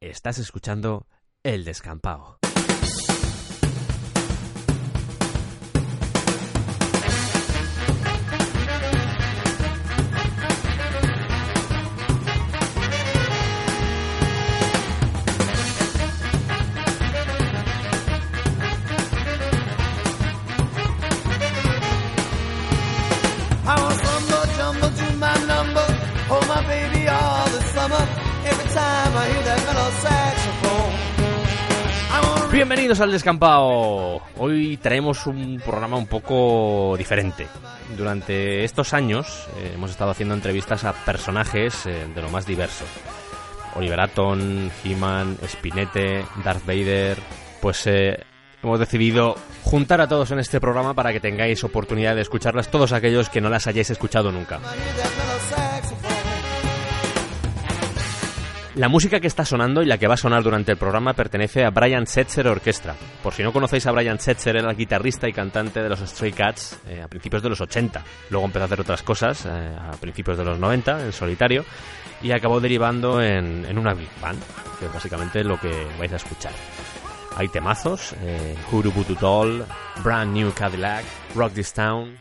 Estás escuchando El Descampado. I was mumbo jumbo to my number. Hold my baby all the summer. Every time I hear that mellow saxophone. I wanna Bienvenidos al Descampado. Hoy traemos un programa un poco diferente. Durante estos años eh, hemos estado haciendo entrevistas a personajes eh, de lo más diverso. Oliver Atom, He-Man, Spinete, Darth Vader. Pues eh, hemos decidido juntar a todos en este programa para que tengáis oportunidad de escucharlas todos aquellos que no las hayáis escuchado nunca. I hear that mellow saxophone. La música que está sonando y la que va a sonar durante el programa pertenece a Brian Setzer Orchestra. Por si no conocéis a Brian Setzer, era el guitarrista y cantante de los Stray Cats eh, a principios de los 80. Luego empezó a hacer otras cosas eh, a principios de los 90 en solitario y acabó derivando en, en una big band, que es básicamente lo que vais a escuchar. Hay temazos, eh, Hurubutu Doll, Brand New Cadillac, Rock This Town,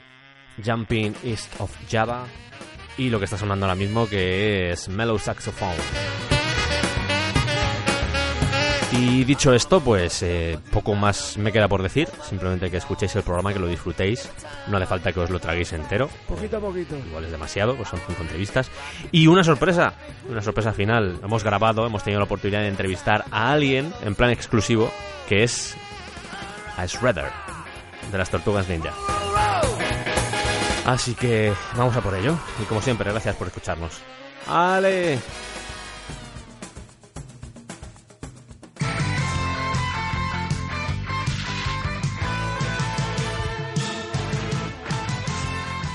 Jumping East of Java y lo que está sonando ahora mismo que es Mellow Saxophone. Y dicho esto, pues eh, poco más me queda por decir. Simplemente que escuchéis el programa, que lo disfrutéis. No hace falta que os lo traguéis entero. Poquito a poquito. Igual es demasiado, pues son cinco entrevistas. Y una sorpresa, una sorpresa final. Hemos grabado, hemos tenido la oportunidad de entrevistar a alguien en plan exclusivo, que es a Shredder, de las Tortugas Ninja. Así que vamos a por ello. Y como siempre, gracias por escucharnos. ¡Ale!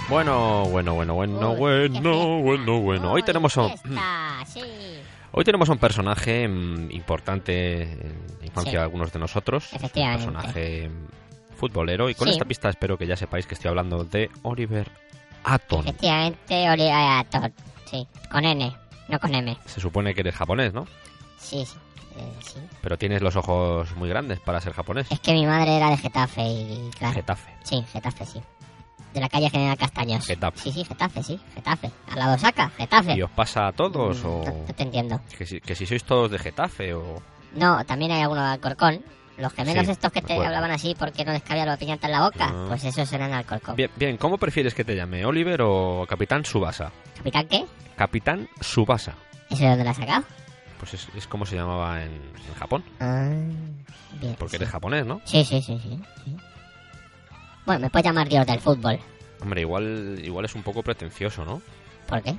Bueno, bueno, bueno, bueno, Uy, bueno, qué bueno, bueno. Hoy Uy, tenemos a un, fiesta, sí, hoy tenemos a un personaje mm, importante en la infancia Sí. de algunos de nosotros. Es un Efectivamente. personaje mm, futbolero. Y con Sí. esta pista espero que ya sepáis que estoy hablando de Oliver Aton. efectivamente, Oliver Atom. Sí, con N, no con M. Se supone que eres japonés, ¿no? Sí, sí, eh, sí. Pero tienes los ojos muy grandes para ser japonés. Es que mi madre era de Getafe y, claro. Getafe. sí, Getafe, sí. De la calle General Castaños. Getafe. Sí, sí, Getafe, sí, Getafe. Al lado de Osaka, Getafe. ¿Y os pasa a todos? Mm, O no, no te entiendo. que si, que si sois todos de Getafe o... No, también hay algunos de Alcorcón. Los gemelos Sí, estos que te recuerdo. hablaban así porque no les cabía la piñata en la boca, Ah. pues esos eran de Alcorcón. Bien, bien, ¿cómo prefieres que te llame? ¿Oliver o Capitán Subasa? ¿Capitán qué? Capitán Subasa. ¿Eso de dónde la has sacado? Pues es, es como se llamaba en, en Japón. Ah, bien. Porque sí. eres japonés, ¿no? Sí, sí, sí, sí. sí. Bueno, me puedes llamar Dios del fútbol. Hombre, igual, igual es un poco pretencioso, ¿no? ¿Por qué?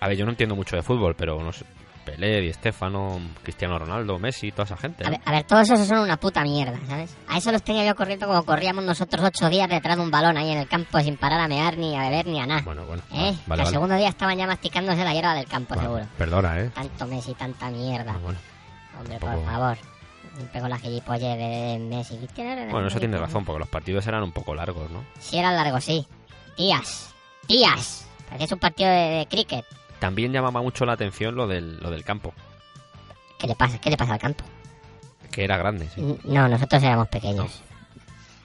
A ver, yo no entiendo mucho de fútbol, pero no sé... Pelé, Di Stefano, Cristiano Ronaldo, Messi, toda esa gente. ¿no? A ver, a ver, todos esos son una puta mierda, ¿sabes? A eso los tenía yo corriendo como corríamos nosotros ocho días detrás de un balón ahí en el campo sin parar a mear, ni a beber, ni a nada. Bueno, bueno. ¿Eh? vale, vale, al vale. segundo día estaban ya masticándose la hierba del campo, Vale, seguro. Perdona, ¿eh? Tanto Messi, tanta mierda. Bueno, bueno. Hombre, tampoco- por favor. Siempre con la gilipolle de Messi. Bueno, eso tiene razón, porque los partidos eran un poco largos, ¿no? Si era largo, sí. Días. Días. Parecía un partido de, de cricket. También llamaba mucho la atención lo del, lo del campo, ¿Qué le pasa? ¿Qué le pasa al campo? que era grande, sí. N- No, nosotros éramos pequeños.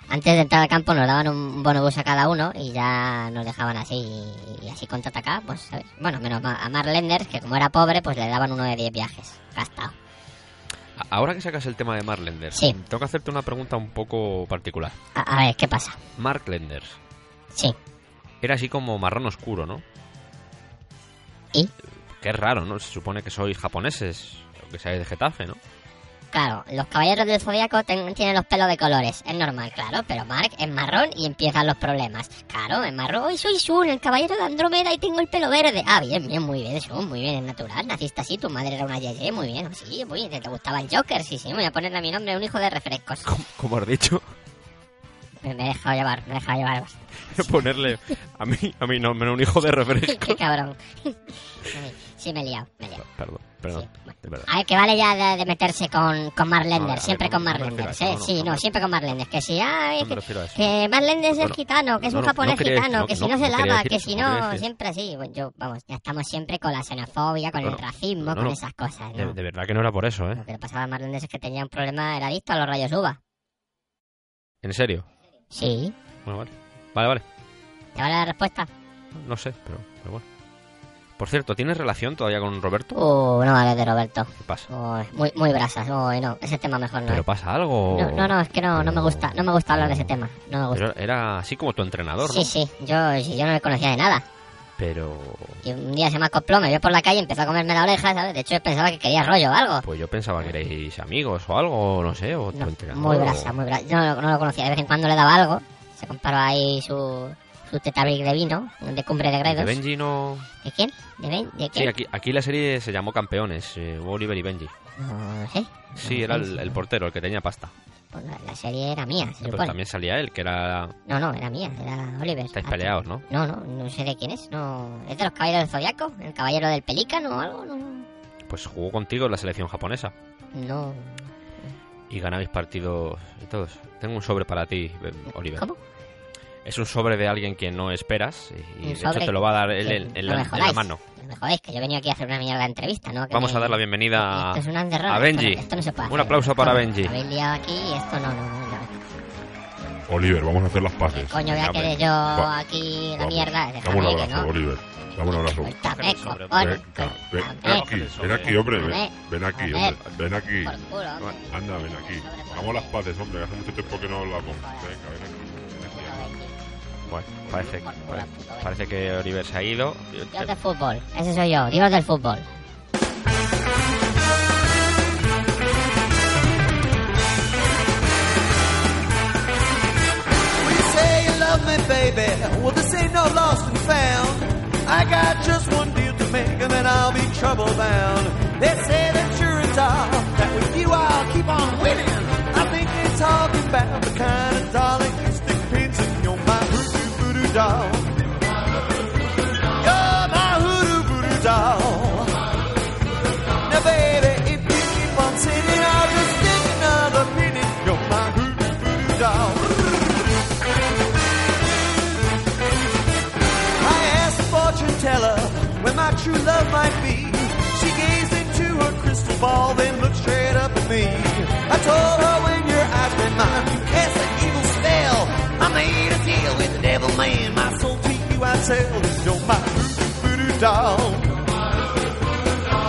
Antes de entrar al campo nos daban un bonobús a cada uno y ya nos dejaban así y, y así contraatacar, pues, ¿sabes? Bueno, menos ma- a Marlenders, que como era pobre, pues le daban uno de 10 viajes. Gastado. A- Ahora que sacas el tema de Mark Lenders, Sí. tengo que hacerte una pregunta un poco particular. A, a ver, ¿qué pasa? Mark Lenders Sí. era así como marrón oscuro, ¿no? ¿Y? Qué raro, ¿no? Se supone que sois japoneses, o que seáis de Getafe, ¿no? Claro, los caballeros del zodiaco ten- tienen los pelos de colores, es normal, claro, pero Mark es marrón y empiezan los problemas. Claro, es marrón, hoy soy Shun, el caballero de Andrómeda y tengo el pelo verde. Ah, bien, bien, muy bien, Shun, muy bien, es natural, naciste así, tu madre era una Yeye, muy bien, sí, muy bien, te- te gustaba el Joker, sí, sí, voy a ponerle a mi nombre un hijo de refrescos. Como, como has dicho, Me, me he dejado llevar, me he dejado llevar. ponerle a mí, a mí no, menos un hijo de refresco. Qué cabrón. Sí, me he liado, me he liado. Perdón, Sí, perdón. bueno. de verdad. A ver, que vale ya de, de meterse con, con No, a Marlender, ver, siempre no, con no me refiero a Marlender. eso, ¿eh? no, no, Sí, no, no, no. siempre con Marlender. Que si, ah, No me que, refiero a eso. que Marlender es No, el no, gitano, que es no, un no, no japonés quería decir- gitano, no, que si no, no, se no quería lava, decir que eso, no si quería no, decir. siempre así. Bueno, yo, vamos, ya estamos siempre con la xenofobia, con No, el no, racismo, no, con no. esas cosas, De, ¿no? de verdad que no era por eso, ¿eh? Lo que le pasaba a Marlender es que tenía un problema, era adicto a los rayos uva. ¿En serio? Sí, Bueno, vale. Vale, vale. ¿te vale la respuesta? No sé, pero, pero bueno. Por cierto, ¿tienes relación todavía con Roberto? Uh, no vale de Roberto. ¿Qué pasa? Uy, muy, muy brasas, uy, no, ese tema mejor no. ¿eh? ¿Pero pasa algo? No, no, no, es que no, no me Pero- gusta, no me gusta hablar de ese pero- tema, no me gusta. Pero era así como tu entrenador, Sí, ¿no? sí, yo, sí, yo no le conocía de nada. Pero... Y un día se me acopló, me vio por la calle, empezó a comerme la oreja, ¿sabes? De hecho, yo pensaba que quería rollo o algo. Pues yo pensaba que erais amigos o algo, no sé, o tu No, entrenador. muy o- brasa, muy brasa. Yo no, lo- no lo conocía, de vez en cuando le daba algo. Se comparó ahí su, su tetabric de vino, de cumbre de Eh. ¿De gredos. ¿De, Benji no...? quién? ¿De, Ben- de Sí, quién? aquí, aquí la serie se llamó Campeones, eh, hubo Oliver y Benji. No sé. Sí, era el, el portero, el que tenía pasta. Pues la, la serie era mía, se Pero supone. también salía él, que era... No, no, era mía, era Oliver. Estáis Ah, peleados, ¿no? No, no, no sé de quién es. No, ¿Es de los caballeros del zodiaco? ¿El caballero del pelícano o algo? No, Pues jugó contigo en la selección japonesa. no. Y ganabais partidos y todos. Tengo un sobre para ti, eh, Oliver. ¿Cómo? Es un sobre de alguien que no esperas y- y, Un de hecho sobre te lo va a dar él que en, en no la, me en la jodáis. mano. No me jodéis, que yo he venido aquí a hacer una mierda de entrevista, ¿no? Que Vamos me- a dar la bienvenida a... Esto es un underground, a esto no- Benji. Esto, no se puede Un hacer. aplauso para Esto- Benji. lo Habéis liado aquí y esto no, no, no. no. Oliver, vamos a hacer las ¿Qué paces. coño voy a Ya, querer yo va- aquí la Vamos. mierda? Dame un Déjame que abrazo, no. Oliver. Dame un abrazo. Está Déjame fresco, sobre- coño. Venga, ven, ven Dame aquí, ven aquí, hombre. Ven, ven aquí, hombre. Ven aquí. Por culo, hombre. Anda, ven aquí. Vamos las paces, hombre. Hace mucho tiempo que no hablamos. Venga, ven aquí. Ven aquí. Bueno, parece, Por culo, parece, puto, ven. parece que Oliver se ha ido. Dios del fútbol, ese soy yo, Dios del fútbol. We say you love me, baby. Well, this ain't no lost and found. I got just one deal to make, and then I'll be trouble bound. They say that you're a doll, that with you I'll keep on winning. I think they're talking about the kind of darling you stick pins in. You're my hoodoo voodoo doll. You're my hoodoo voodoo doll. Now, baby, if you keep on sinning, I'll just stick another pin in. You're my hoodoo voodoo doll. I asked the fortune teller where my true love might be. She gazed into her crystal ball, then looked straight up at me. I told her when your eyes met mine, you cast an evil spell. I made a deal with the devil man, my soul to you I tell. You're my voodoo voodoo doll.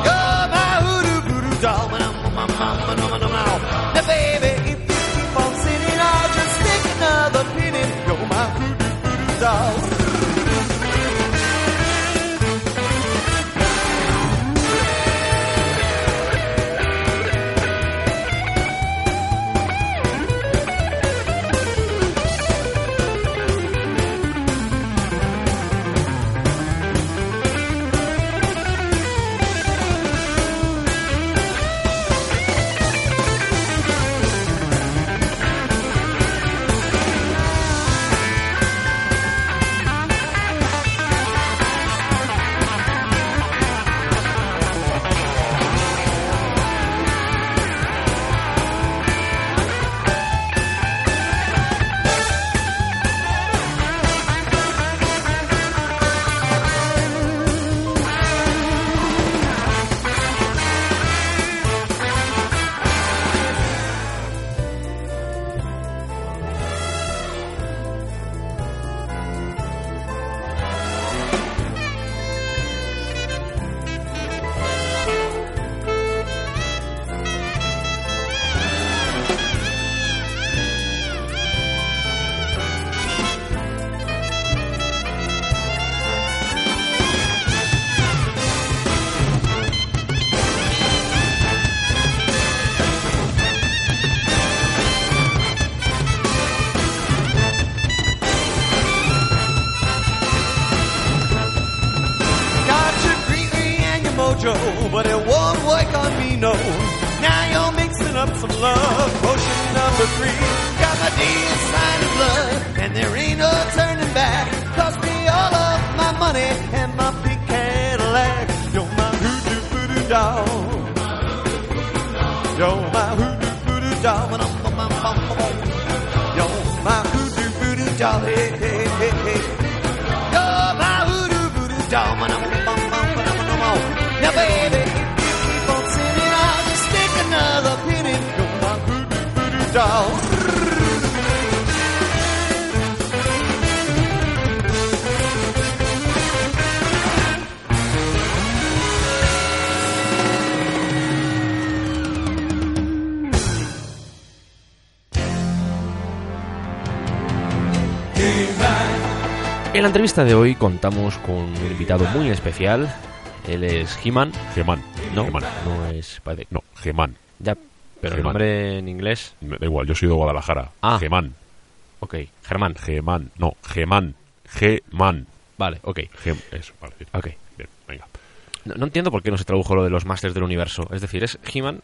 You're my voodoo voodoo doll. Now baby, if you keep on sinning, I'll just stick another pin in. You're my voodoo voodoo doll. Got your greedy and your mojo, but it won't work on me, no. Now you're mixing up some love, potion number three. Got my deal signed in blood, and there ain't no turning back. Cost me all of my money and my pink Cadillac. You're my hoodoo voodoo doll. You're my hoodoo voodoo doll. Ba-dum, bum, bum, bum, bum, bum. You're my hoodoo voodoo doll. Hey, hey, hey, hey. You're my hoodoo voodoo doll. Ba-dum, bum, bum, bum, bum, bum, bum. Now, baby, if you keep on sinning, I'll just stick another pin in. You're my hoodoo voodoo doll. En la entrevista de hoy contamos con un invitado muy especial. Él es He-Man. Gemán. No, He-Man. no es. padre. No, Gemán. Ya, pero el He-Man. nombre en inglés. Me Da igual, yo soy de Guadalajara. Ah. Gemán. Ok, Germán. Gemán. No, Gemán. Gemán. Vale, ok. Gem- Eso, vale. bien. Ok. Bien, venga. No, no entiendo por qué no se tradujo lo de los Masters del Universo. Es decir, es He-Man.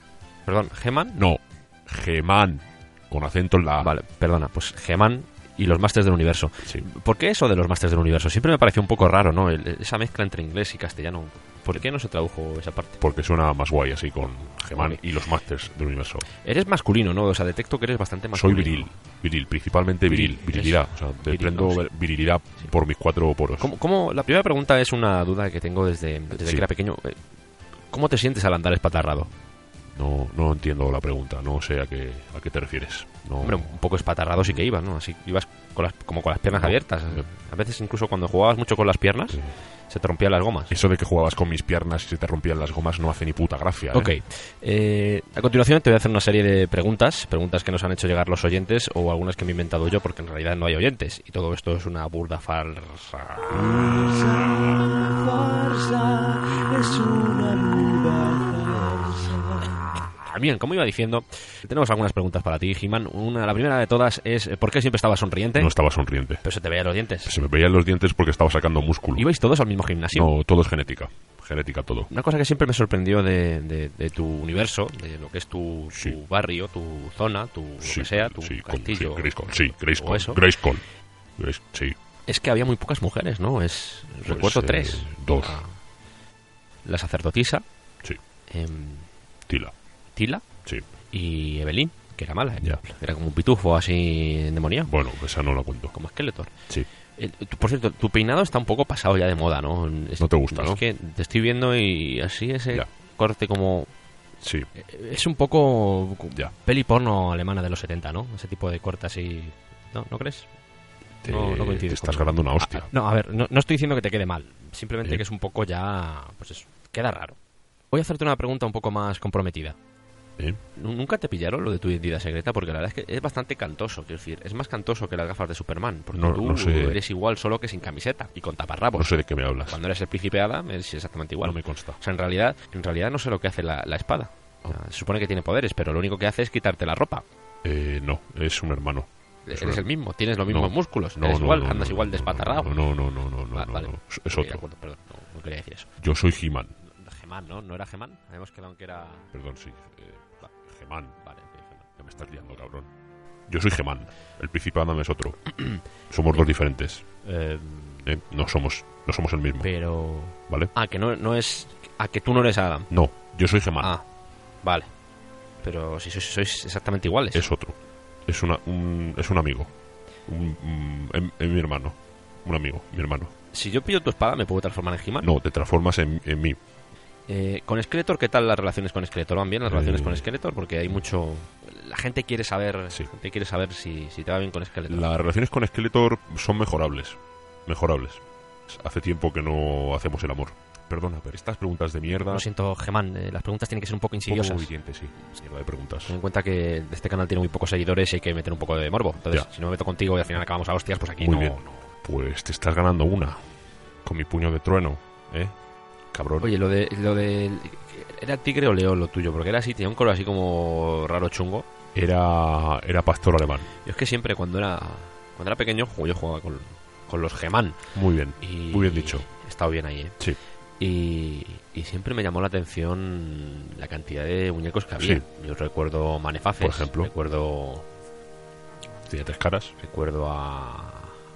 Perdón, He-Man. No, Gemán. Con acento en la A. Vale, perdona, pues He-Man y los Masters del Universo. Sí. ¿Por qué eso de los Masters del Universo? Siempre me pareció un poco raro, ¿no? El- esa mezcla entre inglés y castellano. ¿Por qué no se tradujo esa parte? Porque suena más guay así con Gemán Ok. y los Masters del universo. Eres masculino, ¿no? O sea, detecto que eres bastante Soy masculino. viril. Viril, principalmente viril. Viril, Virilidad. eso. O sea, Viril, desprendo no, sí. virilidad por mis cuatro poros. ¿Cómo, cómo- la primera pregunta es una duda que tengo desde, desde Sí. que era pequeño. Eh, ¿Cómo te sientes al andar espatarrado? No, no entiendo la pregunta. No sé a qué, a qué te refieres. No, Hombre, un poco espatarrado sí que ibas, ¿no? Así ibas con las- como con las piernas No. abiertas. A veces incluso cuando jugabas mucho con las piernas, Oh. Sí. se te rompían las gomas. Eso de que jugabas con mis piernas y se te rompían las gomas no hace ni puta gracia. ¿eh? Ok. Eh, a continuación te voy a hacer una serie de preguntas, preguntas que nos han hecho llegar los oyentes o algunas que me he inventado yo porque en realidad no hay oyentes y todo esto es una burda farsa. Bien, como iba diciendo, tenemos algunas preguntas para ti, He-Man. Una, la primera de todas es eh, ¿por qué siempre estabas sonriente? No estaba sonriente. Pero se te veían los dientes. Se me veían los dientes porque estaba sacando músculo. ¿Ibais todos al mismo gimnasio? No, todo es genética. Genética todo. Una cosa que siempre me sorprendió de, de- de tu universo, de lo que es tu, tu Sí. barrio, tu zona, tu lo que sea, tu sí, con- castillo. sí, Grayskull, sí, o Grayskull, eso. Grayskull. Grays- sí, Es que había muy pocas mujeres, ¿no? Es recuerdo eh, tres. dos. La, la sacerdotisa, sí, em, Tila, Tila sí. y Evelyn, que era mala. ¿eh? Ya. Era como un pitufo así endemoniado, Bueno, esa no la cuento. como Skeletor. Sí, Eh, tú- por cierto, tu peinado está un poco pasado ya de moda, ¿no? Es- No te gusta, ¿no? Es que te estoy viendo y así ese Ya. corte como... sí, Es un poco ya. peli porno alemana de los 70, ¿no? Ese tipo de corte así... ¿No, ¿No crees? Te, No, no coincides Ah, te estás conmigo. ganando una hostia. No, a ver, no, no estoy diciendo que te quede mal. Simplemente Eh. que es un poco ya. Pues eso, queda raro. Voy a hacerte una pregunta un poco más comprometida. ¿eh? Nu- ¿Nunca te pillaron lo de tu identidad secreta? Porque la verdad es que es bastante cantoso, quiero decir, es más cantoso que las gafas de Superman. Porque No, tú no sé. eres igual, solo que sin camiseta y con Ah, pues No taparrabos. sé de qué me hablas. Cuando eres el príncipe Adam es exactamente igual. No me consta. O sea, en realidad, en realidad no sé lo que hace la, la espada. O sea, Se supone que tiene poderes, pero lo único que hace es quitarte la ropa. Eh, no, es un hermano. Es Eres una- el mismo, tienes los No. mismos músculos, No, eres no, igual, no, andas no, igual no, despatarrado. No, no, no, no, no, Va- no, vale. no. Es- Es Ok, de otro. acuerdo, perdón, no, no quería decir eso. Yo soy He-Man. Gemán, ¿no? ¿No era Gemán? Habíamos quedado en que era... Perdón, sí. eh, va, Gemán. Vale, ok, Gemán. Ya me estás liando, cabrón. Yo soy Gemán. El príncipe Adam es otro. somos dos diferentes. ¿eh? No somos no somos el mismo, pero... ¿vale? Ah, que no, no es... Ah, que tú no eres Adam. No, yo soy Gemán. Ah, vale. Pero si sois, sois exactamente iguales. Es otro. Es, una, un, es un amigo. Un- un- es- es mi hermano. Un amigo, mi hermano. Si yo pillo tu espada, ¿me puedo transformar en He-Man? No, te transformas en, en mí. Eh, con Skeletor, ¿qué tal las relaciones con Skeletor? ¿Van bien las Eh. relaciones con Skeletor? Porque hay mucho... La gente quiere saber... Sí. la gente quiere saber si, si te va bien con Skeletor. Las relaciones con Skeletor son mejorables. Mejorables. Hace tiempo que no hacemos el amor. Perdona, pero estas preguntas de mierda. Lo siento, Gemán, eh, las preguntas tienen que ser un poco poco insidiosas. obedientes, sí. Mierda de preguntas. Ten en cuenta que este canal tiene muy pocos seguidores y hay que meter un poco de morbo. Entonces, Ya. si no me meto contigo y al final acabamos a hostias, pues aquí Muy no. bien. Pues te estás ganando una. Con mi puño de trueno, ¿eh? Cabrón. Oye, lo de, lo de. ¿Era tigre o león lo tuyo? Porque era así, tenía un color así como raro chungo. Era, era pastor alemán. Yo es que siempre cuando era cuando era pequeño ju- yo jugaba con, con los Gemán. Muy bien. Y, Muy bien dicho. He estado bien ahí, ¿eh? Sí. Y, y siempre me llamó la atención la cantidad de muñecos que había. Sí. Yo recuerdo Manefaces, Por ejemplo. Recuerdo, Tiene tres caras. recuerdo a,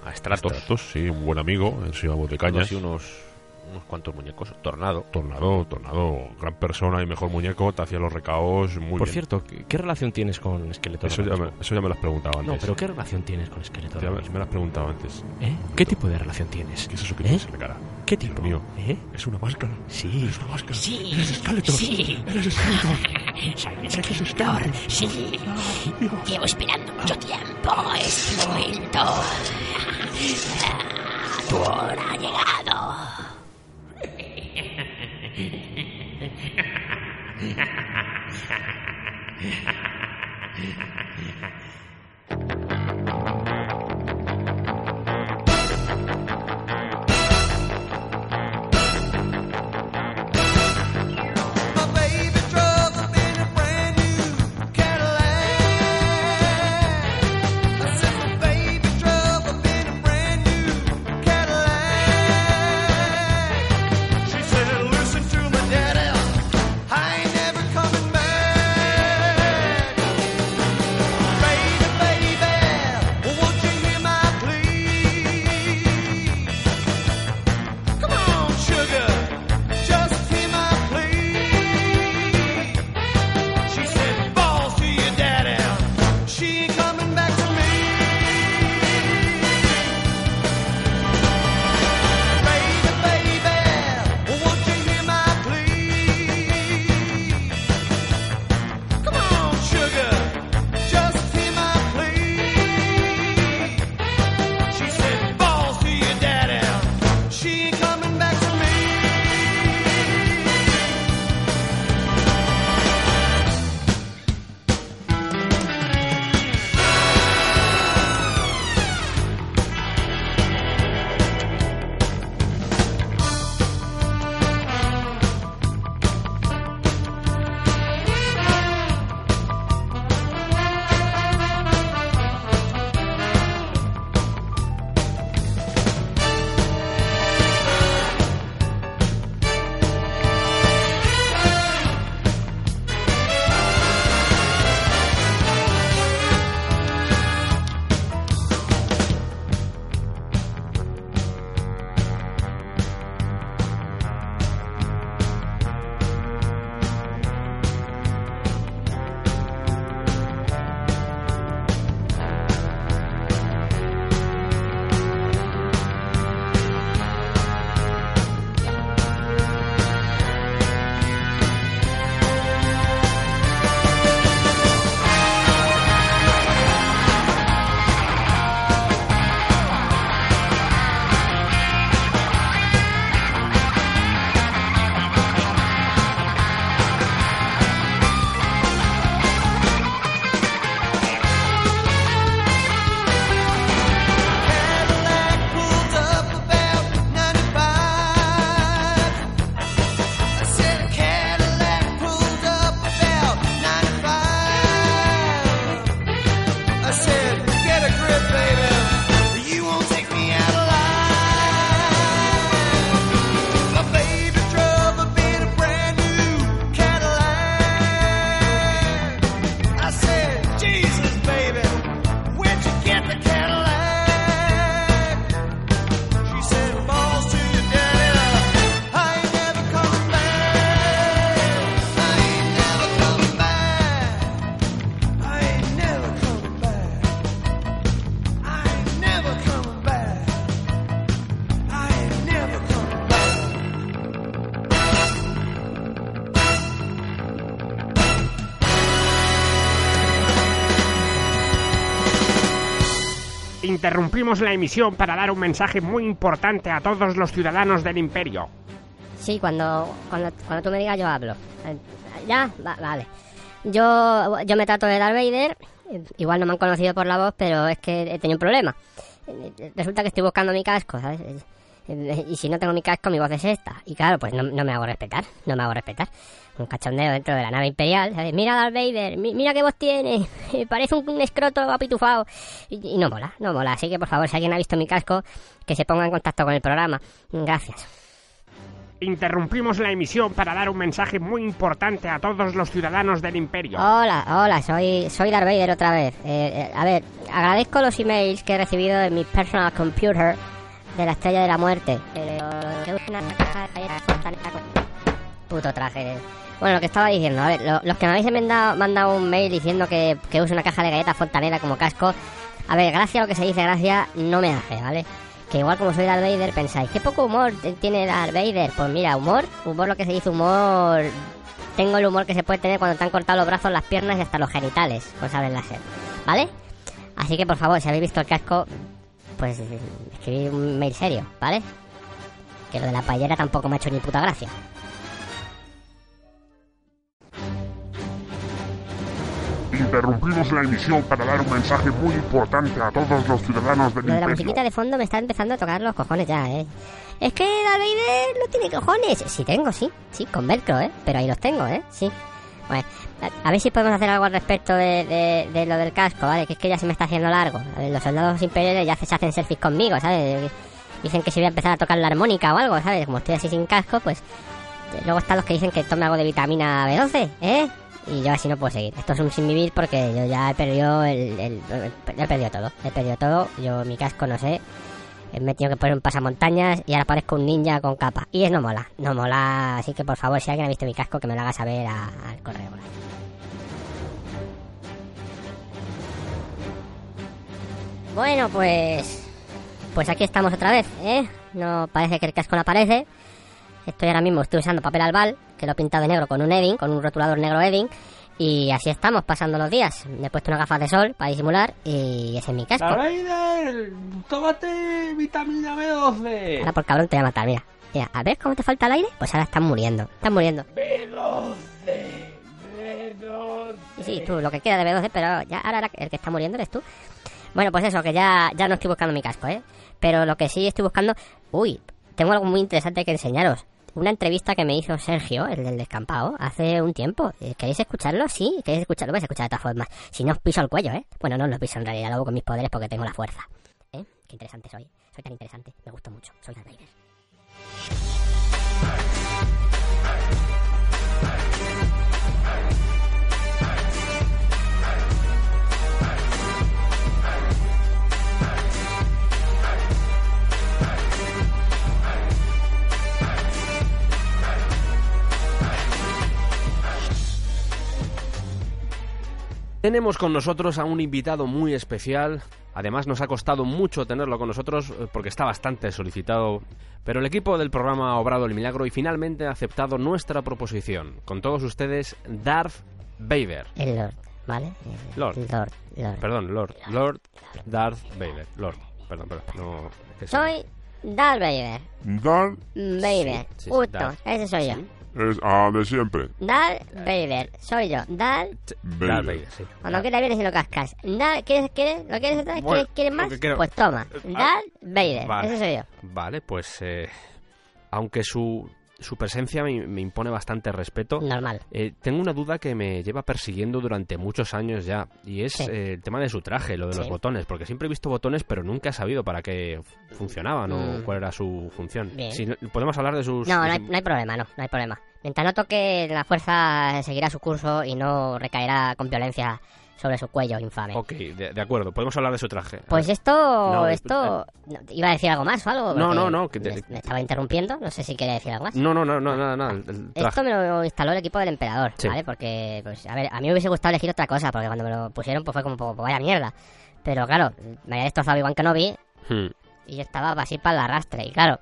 a Stratos. Stratos, sí, un buen amigo. Encima de Algo cañas. así, unos, unos cuantos muñecos. Tornado. Tornado, Tornado, gran persona y mejor muñeco, te hacía los recaos muy Por bien. cierto, ¿qué, qué relación tienes con Esqueleto? eso ya, ahora me, mismo? eso ya me lo has preguntado antes. No, pero ¿qué relación tienes con Esqueleto? Ya ahora me, mismo? me lo has preguntado antes. ¿Eh? ¿Qué tipo de relación tienes? ¿Qué es eso que ¿Eh? tienes en la cara? ¿Qué tipo? mío. ¿Eh? ¿Es una máscara? Sí. ¿Es una máscara? Sí. ¿Eres esqueleto? Sí. ¿Eres esqueleto? Soy un escritor, sí. Llevo esperando mucho tiempo este momento. Ah, Tu hora ha llegado. My baby drove up in a brand new Cadillac. I said my baby drove up in a brand new Cadillac. She said, "Listen to my daddy, I ain't never coming back." Baby, baby, won't you hear my plea? Come on, sugar, just hear my plea. She said, balls to your daddy. She ain't coming back to me. Baby, baby, won't you hear my plea? Come on, sugar, just hear my plea. She said, balls to your daddy. She ain't coming back to me. Cadillac pulled up about 95. I said a Cadillac pulled up about 95. I said, get a grip, baby. You won't take me out alive. My baby drove up in a brand new Cadillac. I said, Jesus, baby, where'd you get the Cadillac? She said, balls to your daddy. I ain't never coming back. I ain't never coming back. I ain't never coming back. I ain't never coming back. I ain't never coming back. Interrumpimos la emisión para dar un mensaje muy importante a todos los ciudadanos del imperio. Sí, cuando, cuando, cuando tú me digas yo hablo. Eh, Ya, Va- vale. Yo, yo me trato de Darth Vader. Eh, Igual no me han conocido por la voz, pero es que he tenido un problema. Eh, eh, Resulta que estoy buscando mi casco, ¿sabes? Eh, eh, Y si no tengo mi casco, mi voz es esta. Y claro, pues no, no me hago respetar. No me hago respetar. Un cachondeo dentro de la nave imperial. ¿sabes? Mira Darth Vader, mi- mira qué voz tiene. Parece un, un escroto apitufado. Y, y no mola, no mola. Así que por favor, si alguien ha visto mi casco, que se ponga en contacto con el programa. Gracias. Interrumpimos la emisión para dar un mensaje muy importante a todos los ciudadanos del imperio. Hola, hola, soy, soy Darth Vader otra vez. Eh, eh, a ver, agradezco los emails que he recibido de mi personal computer de la Estrella de la Muerte. Pero, ¿qué buscan Puto traje. de- Bueno, lo que estaba diciendo, a ver, lo- los que me habéis mandado, mandado un mail diciendo que, que use una caja de galletas fontanera como casco, a ver, gracia lo que se dice gracia no me hace, ¿vale? Que igual como soy Darth Vader pensáis, ¿qué poco humor te- tiene Darth Vader? Pues mira, humor, humor lo que se dice humor... Tengo el humor que se puede tener cuando te han cortado los brazos, las piernas y hasta los genitales pues con saber láser, ¿vale? Así que por favor, si habéis visto el casco, pues eh, escribid un mail serio, ¿vale? Que lo de la payera tampoco me ha hecho ni puta gracia. Interrumpimos la emisión para dar un mensaje muy importante a todos los ciudadanos del Lo de la imperio. musiquita de fondo me está empezando a tocar los cojones ya, ¿eh? Es que Darth Vader no tiene cojones. Sí tengo, sí. Sí, con velcro, ¿eh? Pero ahí los tengo, ¿eh? Sí. Bueno, a, a ver si podemos hacer algo al respecto de, de- de lo del casco, ¿vale? Que es que ya se me está haciendo largo. A ver, los soldados imperiales ya se, se hacen selfies conmigo, ¿sabes? Dicen que si voy a empezar a tocar la armónica o algo, ¿sabes? Como estoy así sin casco, pues... Luego están los que dicen que tome algo de vitamina B12, ¿eh? Y yo así no puedo seguir. Esto es un sin vivir porque yo ya he perdido el, el- el- he perdido todo. He perdido todo. Yo mi casco no sé. Me he tenido que poner un pasamontañas y ahora parezco un ninja con capa. Y es no mola, no mola. Así que por favor, si alguien ha visto mi casco, que me lo haga saber a- al correo. Bueno, pues. Pues aquí estamos otra vez, ¿eh? No parece que el casco no aparece. Estoy ahora mismo, estoy usando papel albal, que lo he pintado de negro con un Edding, con un rotulador negro Edding, y así estamos pasando los días. Me he puesto unas gafas de sol para disimular y ese es mi casco. Ahora, Darth tómate vitamina B12. por cabrón te voy a matar, mira. Mira, a ver cómo te falta el aire, pues ahora están muriendo, están muriendo. B12. Y sí, tú, lo que queda de B12, pero ya ahora la- el que está muriendo eres tú. Bueno, pues eso, que ya, ya no estoy buscando mi casco, ¿eh? Pero lo que sí estoy buscando... Uy, tengo algo muy interesante que enseñaros. Una entrevista que me hizo Sergio, el del descampado, hace un tiempo. Eh, ¿Queréis escucharlo? Sí, ¿queréis escucharlo? Lo vais a escuchar de todas formas. Si no os piso el cuello, ¿eh? Bueno, no os lo piso en realidad, lo hago con mis poderes porque tengo la fuerza. ¿Eh? Qué interesante soy. Soy tan interesante. Me gusta mucho. Soy Darth Vader. Tenemos con nosotros a un invitado muy especial. Además, nos ha costado mucho tenerlo con nosotros eh, porque está bastante solicitado. Pero el equipo del programa ha obrado el milagro y finalmente ha aceptado nuestra proposición. Con todos ustedes, Darth Vader. El Lord, ¿vale? El Lord. Lord, Lord. Perdón, Lord. Lord Darth Vader. Lord. Perdón, perdón. No, que se- Soy Darth Vader. Mm, Dar Vader. sí, Justo, Darth. ese soy yo. Sí. es a de siempre. Darth Vader, soy yo. Darth, Darth Vader, sí. cuando quieras vienes y lo cascas. Darth, ¿quieres, quieres? ¿Lo quieres otra vez? Bueno, ¿Quieres, quieres lo más? que quiero. Eh, ah, Pues toma, Darth Vader, Vale. ese soy yo. Vale, pues eh, aunque su, su presencia me, me impone bastante respeto, Normal. eh, tengo una duda que me lleva persiguiendo durante muchos años ya, y es Sí. eh, el tema de su traje, lo de los Sí. botones, porque siempre he visto botones, pero nunca he sabido para qué f- funcionaban o Mm. cuál era su función. Bien. Si no- podemos hablar de sus... No, no de hay, su- no hay problema, no, no hay problema. Mientras no toque, la fuerza seguirá su curso y no recaerá con violencia sobre su cuello infame. Ok, de, de acuerdo, podemos hablar de su traje. Pues esto, No, esto, no, iba a decir algo más o algo. No, porque no, no, que te- Mm, me, me estaba interrumpiendo, no sé si quería decir algo más. No, no, no, no, nada, nada, el- el traje. Esto me lo instaló el equipo del emperador, Sí. ¿vale? Porque, pues, a ver, a mí me hubiese gustado elegir otra cosa, porque cuando me lo pusieron, pues fue como, pues, vaya mierda. Pero claro, me había destrozado igual que no vi, Hmm. y yo estaba así para el arrastre, y claro,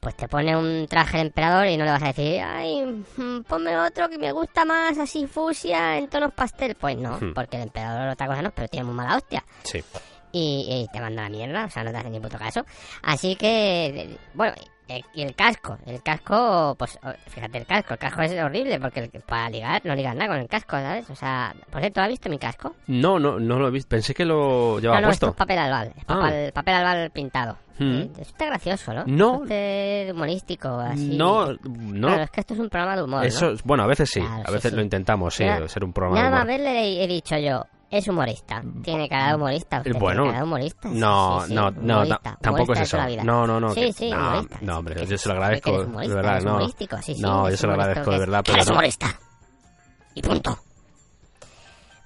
pues te pone un traje de emperador y no le vas a decir, ay, mm, ponme otro que me gusta más, así fusia, en tonos pastel. Pues no, Hmm. porque el emperador otra cosa no, pero tiene muy mala hostia Sí. y, y te manda a la mierda, o sea, no te hace ni puto caso. Así que, de- bueno, eh, y el casco, el casco, pues o- fíjate el casco, el casco es horrible porque el- para ligar no ligas nada con el casco, ¿sabes? O sea, por cierto, ¿has visto mi casco? No, no, no lo he visto, pensé que lo llevaba no, no, esto Ah, puesto. es papel albal, es Ah. papel, papel albal pintado. Mm. Eh, Está gracioso, ¿no? No. Bastante humorístico, así. No, no, Claro, es que esto es un programa de humor. ¿no? Eso, bueno, a veces sí, Claro, a sí, veces sí. lo intentamos, sí, Mira, ser un programa Nada de más humor. verle he, he dicho yo, es humorista. Tiene cara de humorista. usted Bueno, tiene cara de humorista. Sí, No, sí, sí, no, no, humorista, ta- tampoco humorista es de eso. toda la vida. No, no, no. Sí, que- sí, no, humorista, no, sí, hombre, que yo se lo sí, que agradezco, eres de humorista, verdad, eres no. humorístico, sí, sí, No, eres yo se lo humorista, agradezco, de que eres- verdad, que pero eres no. humorista. Y punto.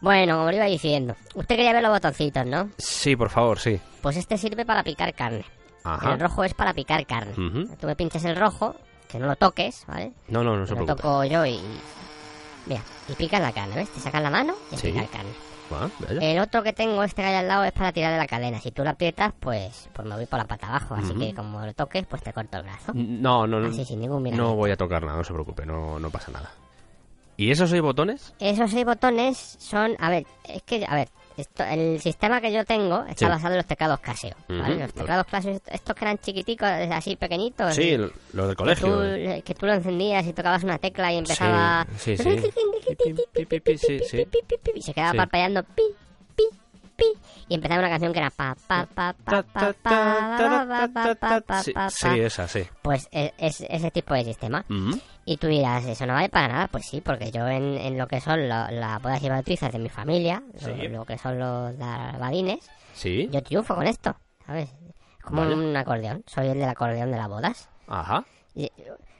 Bueno, como le iba diciendo, usted quería ver los botoncitos, ¿no? Sí, por favor, sí. Pues este sirve para picar carne. Ajá. El rojo es para picar carne. Ujú. Tú me pinches el rojo, que no lo toques, ¿vale? No, no, no se lo preocupe. toco yo y... Mira, y picas la carne, ¿ves? Te sacas la mano y Sí. picas carne. Ah, vaya. El otro que tengo, este que hay al lado, es para tirar de la cadena. Si tú la aprietas, pues, pues me voy por la pata abajo. Así Ujú. que como lo toques, pues te corto el brazo. No, no, no. Así, sin ningún miramiento. No voy a tocar nada, no se preocupe, no, no pasa nada. ¿Y esos seis botones? Esos seis botones son, a ver, es que, a ver, esto, el sistema que yo tengo está Sí. basado en los teclados Casio, ¿vale? Ujú. Los teclados Casio, est- estos que eran chiquiticos, así pequeñitos. Sí, y l- los del que Pues tú, eh, colegio. que tú lo encendías y tocabas una tecla y empezaba... Sí, sí, sí. Pi, pi, pi, pi, sí, sí. Y se quedaba Sí. parpadeando pi, pi, pi. Y empezaba una canción que era pa, pa, pa, Ta, ta, pa, pa, pa, ta, pa, ta, ta, pa, pa, ta, ta, pa, pa, ta. Sí, pa, sí, pa. ese, sí. Mm-hmm. Pues es, es ese tipo de sistema. Ujú. Y tú dirás, ¿eso no vale para nada? Pues sí, porque yo en, en lo que son lo- las bodas y bautizas de mi familia, lo- Sí. lo, que son los darbalines, Sí. yo triunfo con esto, ¿sabes? Es Como Vale. un acordeón, soy el del acordeón de las bodas. Ajá. Y,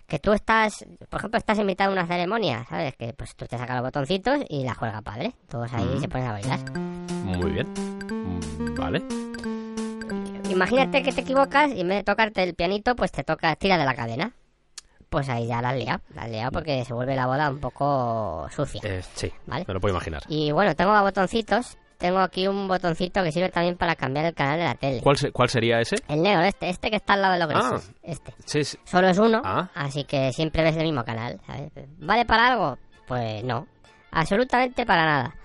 que tú estás, por ejemplo, estás invitado a una ceremonia, ¿sabes? Que pues tú te sacas los botoncitos y la juega padre. Todos ahí Ujú. se ponen a bailar. Muy bien. Mm, Vale. Imagínate que te equivocas y en vez de tocarte el pianito, pues te toca tira de la cadena. Pues ahí ya la has liado, la has liado porque se vuelve la boda un poco sucia. Eh, sí, Vale. me lo puedo imaginar. Y bueno, tengo botoncitos. Tengo aquí un botoncito que sirve también para cambiar el canal de la tele. ¿Cuál, se- cuál sería ese? El negro, este, este que está al lado de los Ah. grises. Este. Sí, sí. Solo es uno, Ah. así que siempre ves el mismo canal. ¿sabes? ¿Vale para algo? Pues no. Absolutamente para nada.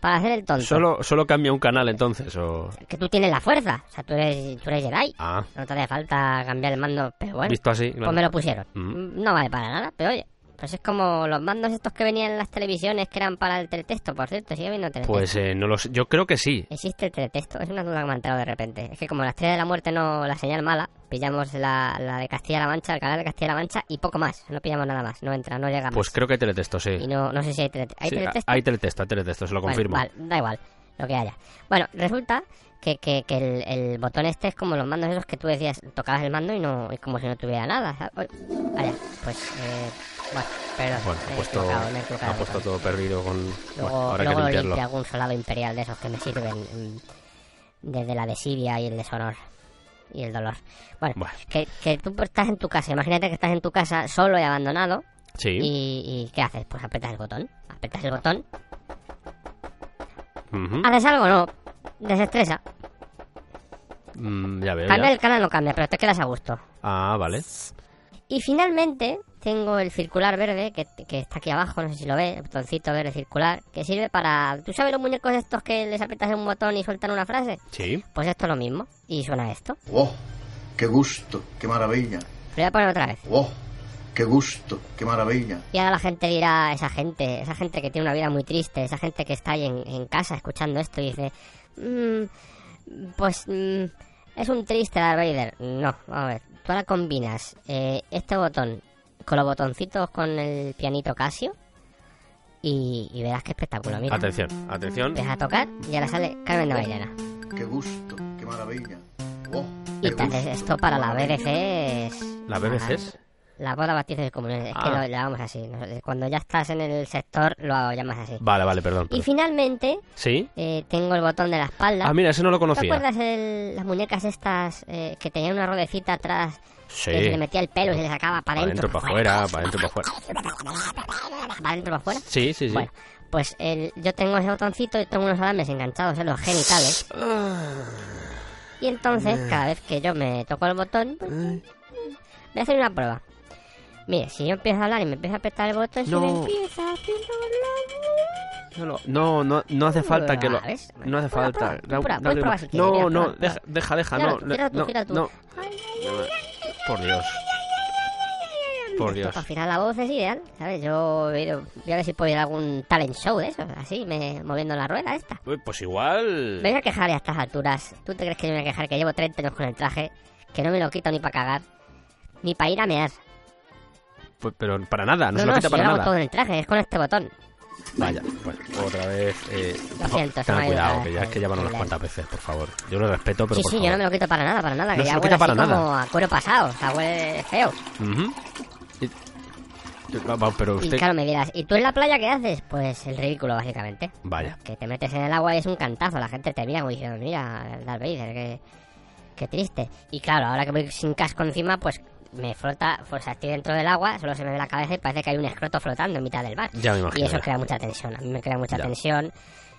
Para hacer el tonto. Solo, solo cambia un canal entonces, o... Que tú tienes la fuerza. O sea, tú eres, tú eres Jedi. Ah, No te hace falta cambiar el mando, pero bueno. visto así, claro. Pues me lo pusieron. Mm. No vale para nada, pero oye. Pues es como los mandos estos que venían en las televisiones que eran para el teletexto, por cierto. Sigue viendo teletexto. Pues eh, no lo sé. Yo creo que sí. ¿Existe el teletexto? Es una duda que me ha entrado de repente. Es que como la estrella de la muerte no la señal mala, pillamos la, la de Castilla-La Mancha, el canal de Castilla-La Mancha y poco más. No pillamos nada más. No entra, no llega más. Pues creo que hay teletexto, sí. Y no, no sé si hay teletexto. ¿Hay Sí, teletexto? Hay teletexto, hay teletexto, se lo Bueno, confirmo. vale, da igual, lo que haya. Bueno, resulta que, que- que el, el botón este es como los mandos esos que tú decías, tocabas el mando y no y como si no tuviera nada. ¿sabes? Oye, Vaya, pues... eh, bueno, perdón. Bueno, me ha he puesto, equivocado, me he equivocado ha de puesto botón. todo perdido con... Luego, Bueno, ahora hay que luego limpiarlo. limpio algún solado imperial de esos que me sirven mm, desde la desidia y el deshonor y el dolor. Bueno, Bueno. Que, que tú estás en tu casa, imagínate que estás en tu casa solo y abandonado. Sí. Y, y ¿qué haces? Pues apretas el botón. Apretas el botón. ujú. ¿Haces algo? No. Desestresa. Mm, ya veo, ya. Cambia el Ah. canal, no cambia, pero te quedas a gusto. Ah, vale. Y finalmente tengo el circular verde que, que está aquí abajo, no sé si lo ves, el botoncito verde circular, que sirve para... ¿Tú sabes los muñecos estos que les aprietas un botón y sueltan una frase? Sí. Pues esto es lo mismo. Y suena esto. ¡Wow! Oh, ¡Qué gusto! ¡Qué maravilla! Lo voy a poner otra vez. ¡Wow! ¡Qué gusto! ¡Qué maravilla! Y ahora la gente dirá, esa gente, esa gente que tiene una vida muy triste, esa gente que está ahí en, en casa escuchando esto y dice, "Mm, pues mm, es un triste Darth Vader. No, vamos a ver, tú ahora combinas eh, este botón con los botoncitos con el pianito Casio y, y verás qué espectáculo, mira. Atención, atención. Empieza a tocar y ahora sale Carmen de Mairena. ¡Qué gusto! ¡Qué maravilla! ¡Wow! qué Y tal, gusto, esto qué para la maravilla. BBC es... ¿La BBC es? La boda bautizo de comuniones, es que Ah. lo llamamos así. ¿no? Cuando ya estás en el sector lo llamas así. Vale, vale, perdón. Y perdón. finalmente ¿Sí? eh, tengo el botón de la espalda. Ah, mira, ese no lo ¿Te conocía. acuerdas de las muñecas estas eh, que tenían una ruedecita atrás? eh, Sí. Que se le metía el pelo y se le sacaba Para para adentro, adentro, para afuera, para adentro, para afuera. para adentro, para afuera. Sí, sí, sí. Bueno, pues el- yo tengo ese botoncito y tengo unos alambres enganchados en los genitales. Ah. Y entonces, cada vez que yo me toco el botón, voy a hacer una prueba. Mire, si yo empiezo a hablar y me empiezo a apretar el botón, si No. me empieza a hablar... No, lo- no, no, no hace falta que lo. ¿Ves? No hace Prueba, falta. prueba, tú Da- prueba, dale- puedes probar si quieres, no, mira, no, prueba, deja, prueba. deja, deja, Gíralo no, tú, le- gíralo tú, no, gíralo tú. no. Por Dios. Por Esto, Dios. Pues Al final la voz es ideal, ¿sabes? Yo he ido- voy a ver si puedo ir a algún talent show de eso, así, me, moviendo la rueda esta. Uy, Pues igual. Me voy a quejar a estas alturas. ¿Tú te crees que yo me voy a quejar que llevo 30 años con el traje? Que no me lo quito ni para cagar, ni para ir a mear. Pues, pero para nada, no, se lo si quita yo para lo hago nada. todo en el traje, es con este botón. Vaya, bueno, pues, otra vez. Eh, Lo siento, se ten me ha ido cuidado, la- que ya, que ya van unas la- cuantas veces, por favor. Yo lo respeto, pero sí, por sí, yo no me favor. lo quito para nada, para nada. No que se ya lo huele quita así para nada. como a cuero pasado, o sea, huele feo. Ujú. Y- Va- va, Pero Y usted. claro, me dirás, ¿y tú en la playa qué haces? Pues el ridículo, básicamente. Vaya. Que te metes en el agua y es un cantazo. La gente te mira como diciendo, mira, Darth Vader, que, qué triste. Y claro, ahora que voy sin casco encima, pues me flota, o sea, estoy dentro del agua, solo se me ve la cabeza y parece que hay un escroto flotando en mitad del mar. Ya me imagino, Y eso ya. crea mucha tensión, a mí me crea mucha Ya. tensión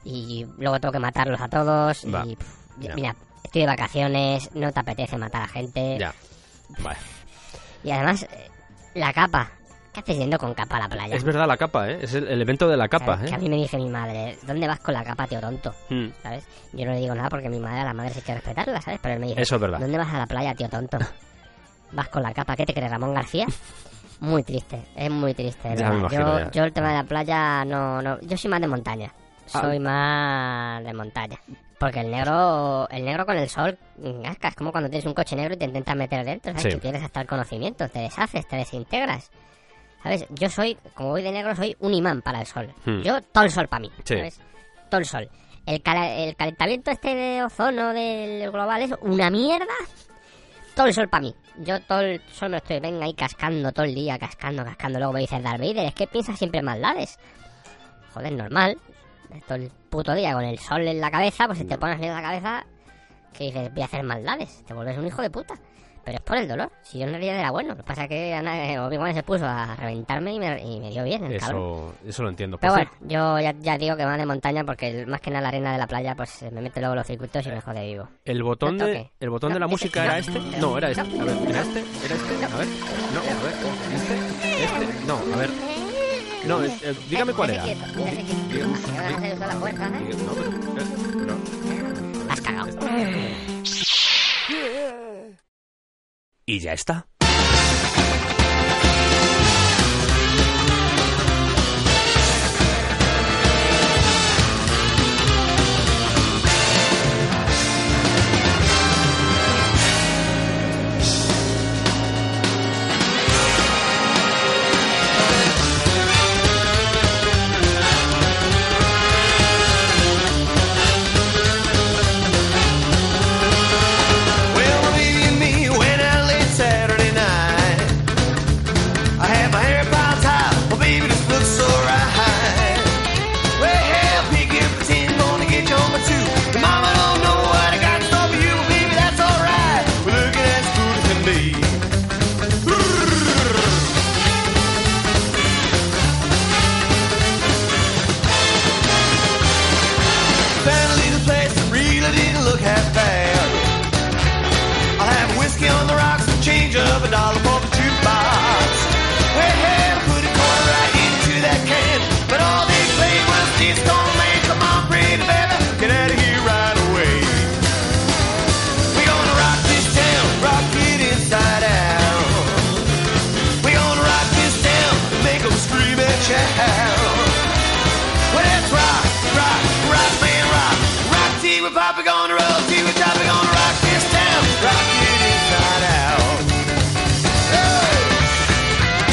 y luego tengo que matarlos a todos Va. y... pff, Ya. Mira, estoy de vacaciones, no te apetece matar a gente. Ya. Vale. Y además, eh, la capa. ¿Qué haces yendo con capa a la playa? Es verdad la capa, ¿eh? Es el, el evento de la capa, ¿Sabes? Que a ¿eh? mí me dice mi madre, ¿dónde vas con la capa, tío tonto? Mm. ¿Sabes? Yo no le digo nada porque mi madre, a la madre sí hay que respetarla, ¿sabes? Pero él me dice, Eso es verdad. ¿dónde vas a la playa, tío tonto? ¿Vas con la capa? ¿Qué te crees, Ramón García? Muy triste, es muy triste. de Ya verdad. me imagino, yo, ya. yo el tema de la playa no, no... Yo soy más de montaña. Ah. Soy más de montaña. Porque el negro el negro con el sol, mm, asca, es como cuando tienes un coche negro y te intentas meter dentro, ¿sabes? Sí. Que pierdes hasta el conocimiento, te deshaces, te desintegras. ¿Sabes? Yo soy, como voy de negro, soy un imán para el sol. Hmm. Yo, todo el sol para mí. Sí. ¿sabes? Todo el sol. El, cala- el calentamiento este de ozono del global es una mierda. Todo el sol para mí. Yo todo el sol me lo estoy, venga ahí cascando todo el día, cascando, cascando. Luego me dices, Darth Vader, es que piensas siempre en maldades. Joder, normal. Todo el puto día con el sol en la cabeza, pues si te pones en la cabeza que dices, voy a hacer maldades. Te vuelves un hijo de puta. Pero es por el dolor. Si yo en realidad era bueno. Lo que pasa es que Ana- eh, Obi-Wan se puso a reventarme y me, y me dio bien el cabrón. Eso, eso lo entiendo. Pero Por bueno, yo ya, ya digo que más de montaña porque el- más que nada la arena de la playa pues me mete luego los circuitos y me jode vivo. El botón No de, toque. el botón No, de la ese- música no, era este. No, era este. A ver, era este, era este. A ver. No, a ver. Este, este. No, a ver. No, eh, eh, dígame cuál era. Déjese quieto, déjese quieto. Así no vas a hacer uso de la fuerza, ¿eh? No, pero, eh, no. Has cagado. Y ya está. Well, believe you me, when I late Saturday night, I had my hair piled high. Well, baby, this looks so right. Well, hell, pick your pretend, gonna get you home at two. But Mama don't know what I got in store for you, but baby, that's alright. We're looking as good as can be. Found a little place that really didn't look half bad. I'll have whiskey on the rocks and change of a dollar for the jukebox. Hey, hey, put a quarter right into that can. But all they played was disco man. Come on, pretty baby, get out of here right away. We gonna rock this town, rock it inside out. We gonna rock this town, make 'em scream and shout. Well, let's rock, rock, rock, man, rock. Rock till we're popping on the road, till we're topping on the rock this town. Rock it inside out. Hey!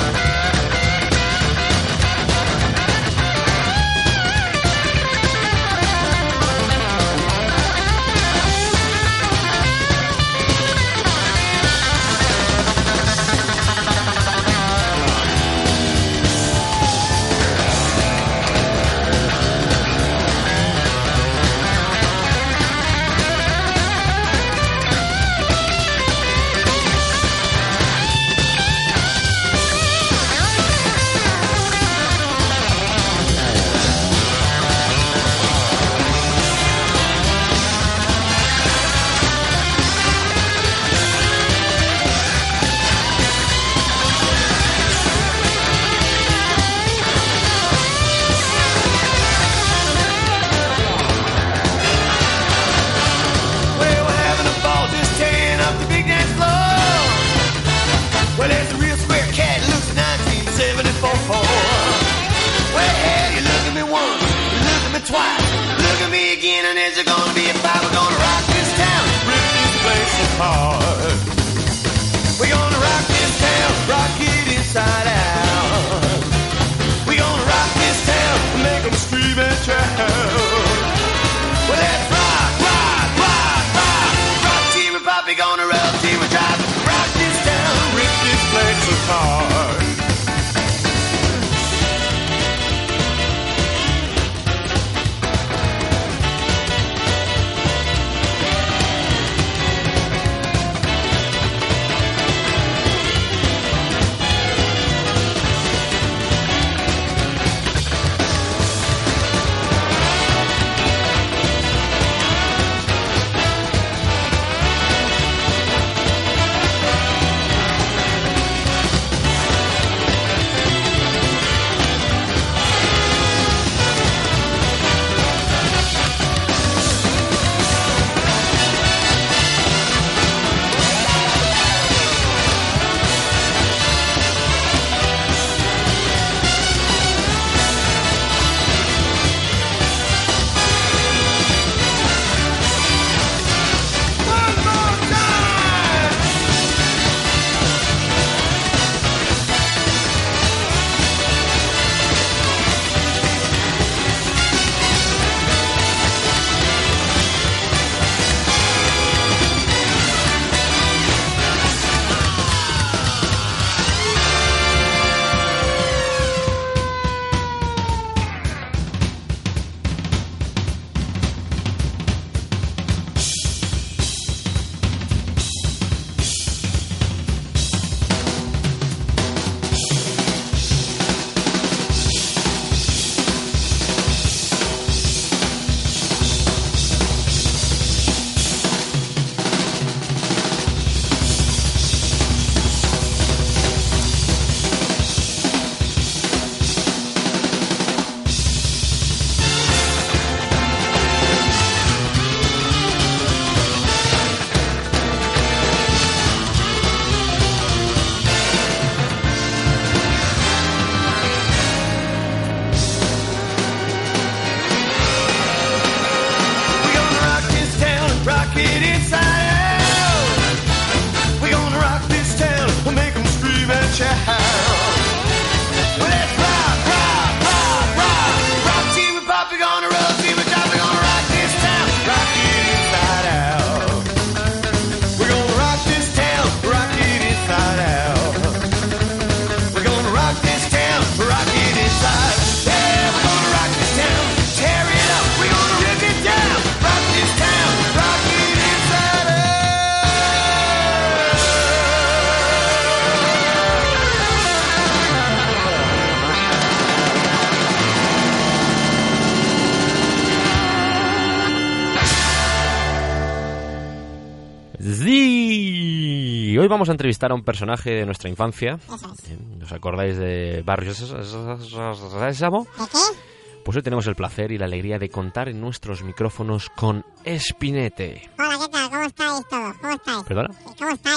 Well, we're having a ball just tearing up the big dance floor. Well, there's a real square cat looks 1974. Well, hell, you look at me once, you look at me twice, look at me again, and there's gonna be a five. We're gonna rock this town, rip this place apart. We're gonna rock this town, rock it inside out. We're gonna rock this town, make 'em scream and shout. Well, let's rock, rock, rock, rock. Rock team and Poppy gonna rock team and drive. Rock this town, rip this place apart. Traffic on the road, see my traffic gonna rock this town, rock it inside out. We're gonna rock this town, rock it inside out. We're gonna rock this town, rock it inside. Yeah, we're gonna rock this town, tear it up. We're gonna rip it down, rock this town, rock it inside Sí. Hoy vamos a entrevistar a un personaje de nuestra infancia. ¿Eh? ¿Os acordáis de Barrio Sésamo? Pues hoy tenemos el placer y la alegría de contar en nuestros micrófonos con Espinete. Hola, ¿qué tal? ¿Cómo estáis todos? ¿Cómo estáis? ¿Perdona? ¿Qué- ¿Cómo estáis?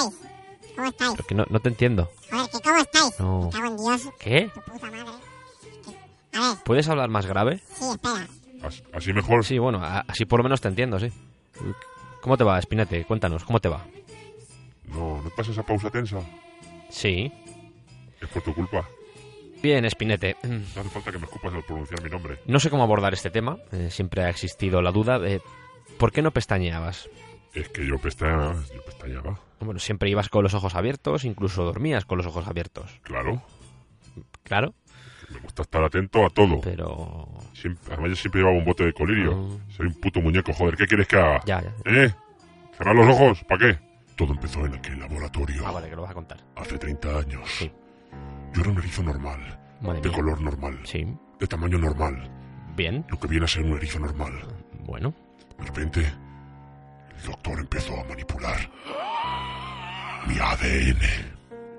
¿Cómo estáis? Pero que no, no te entiendo. Joder, ¿qué cómo estáis? Ah, No. Me cago en Dios. ¿Qué? Tu puta madre. ¿Qué? A ver, ¿Puedes hablar más grave? sí, espera. Así mejor. Sí, bueno, a- así por lo menos te entiendo, sí. ¿Cómo te va, Espinete? Cuéntanos, ¿cómo te va? No, no pasa esa pausa tensa. Sí. Es por tu culpa. Bien, Espinete. No hace falta que me escupas al pronunciar mi nombre. No sé cómo abordar este tema. eh, siempre ha existido la duda. eh, ¿Por qué no pestañeabas? Es que yo pestañaba, yo pestañaba. Bueno, siempre ibas con los ojos abiertos, incluso dormías con los ojos abiertos. Claro. Claro. Me gusta estar atento a todo. Pero... además yo siempre llevaba un bote de colirio. Soy un puto muñeco, joder. ¿Qué quieres que haga? Ah. Ya, ya. ¿Eh? ¿Cerrar los ojos? ¿Para qué? Todo empezó en aquel laboratorio. Ah, vale, que lo vas a contar. Hace 30 años. Yo era un erizo normal. Madre de mía. color normal. Sí. De tamaño normal. Bien. Lo que viene a ser un erizo normal. Bueno. De repente, el doctor empezó a manipular mi ADN.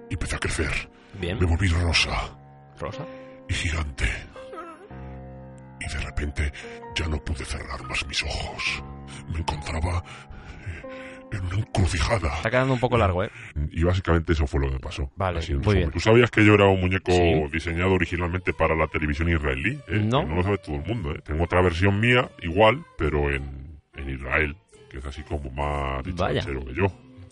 Y empecé a crecer. Bien. Me volví rosa Rosa. y gigante. Y de repente ya no pude cerrar más mis ojos. Me encontraba eh, en una encrucijada. Está quedando un poco largo, ¿eh? Y básicamente eso fue lo que me pasó. Vale, Así en muy resumen. bien. ¿Tú sabías que yo era un muñeco Sí. diseñado originalmente para la televisión israelí? ¿eh? No. Que no lo sabe todo el mundo. ¿eh? Tengo otra versión mía, igual, pero en, en Israel, que es así como más Vaya. dicharachero que yo.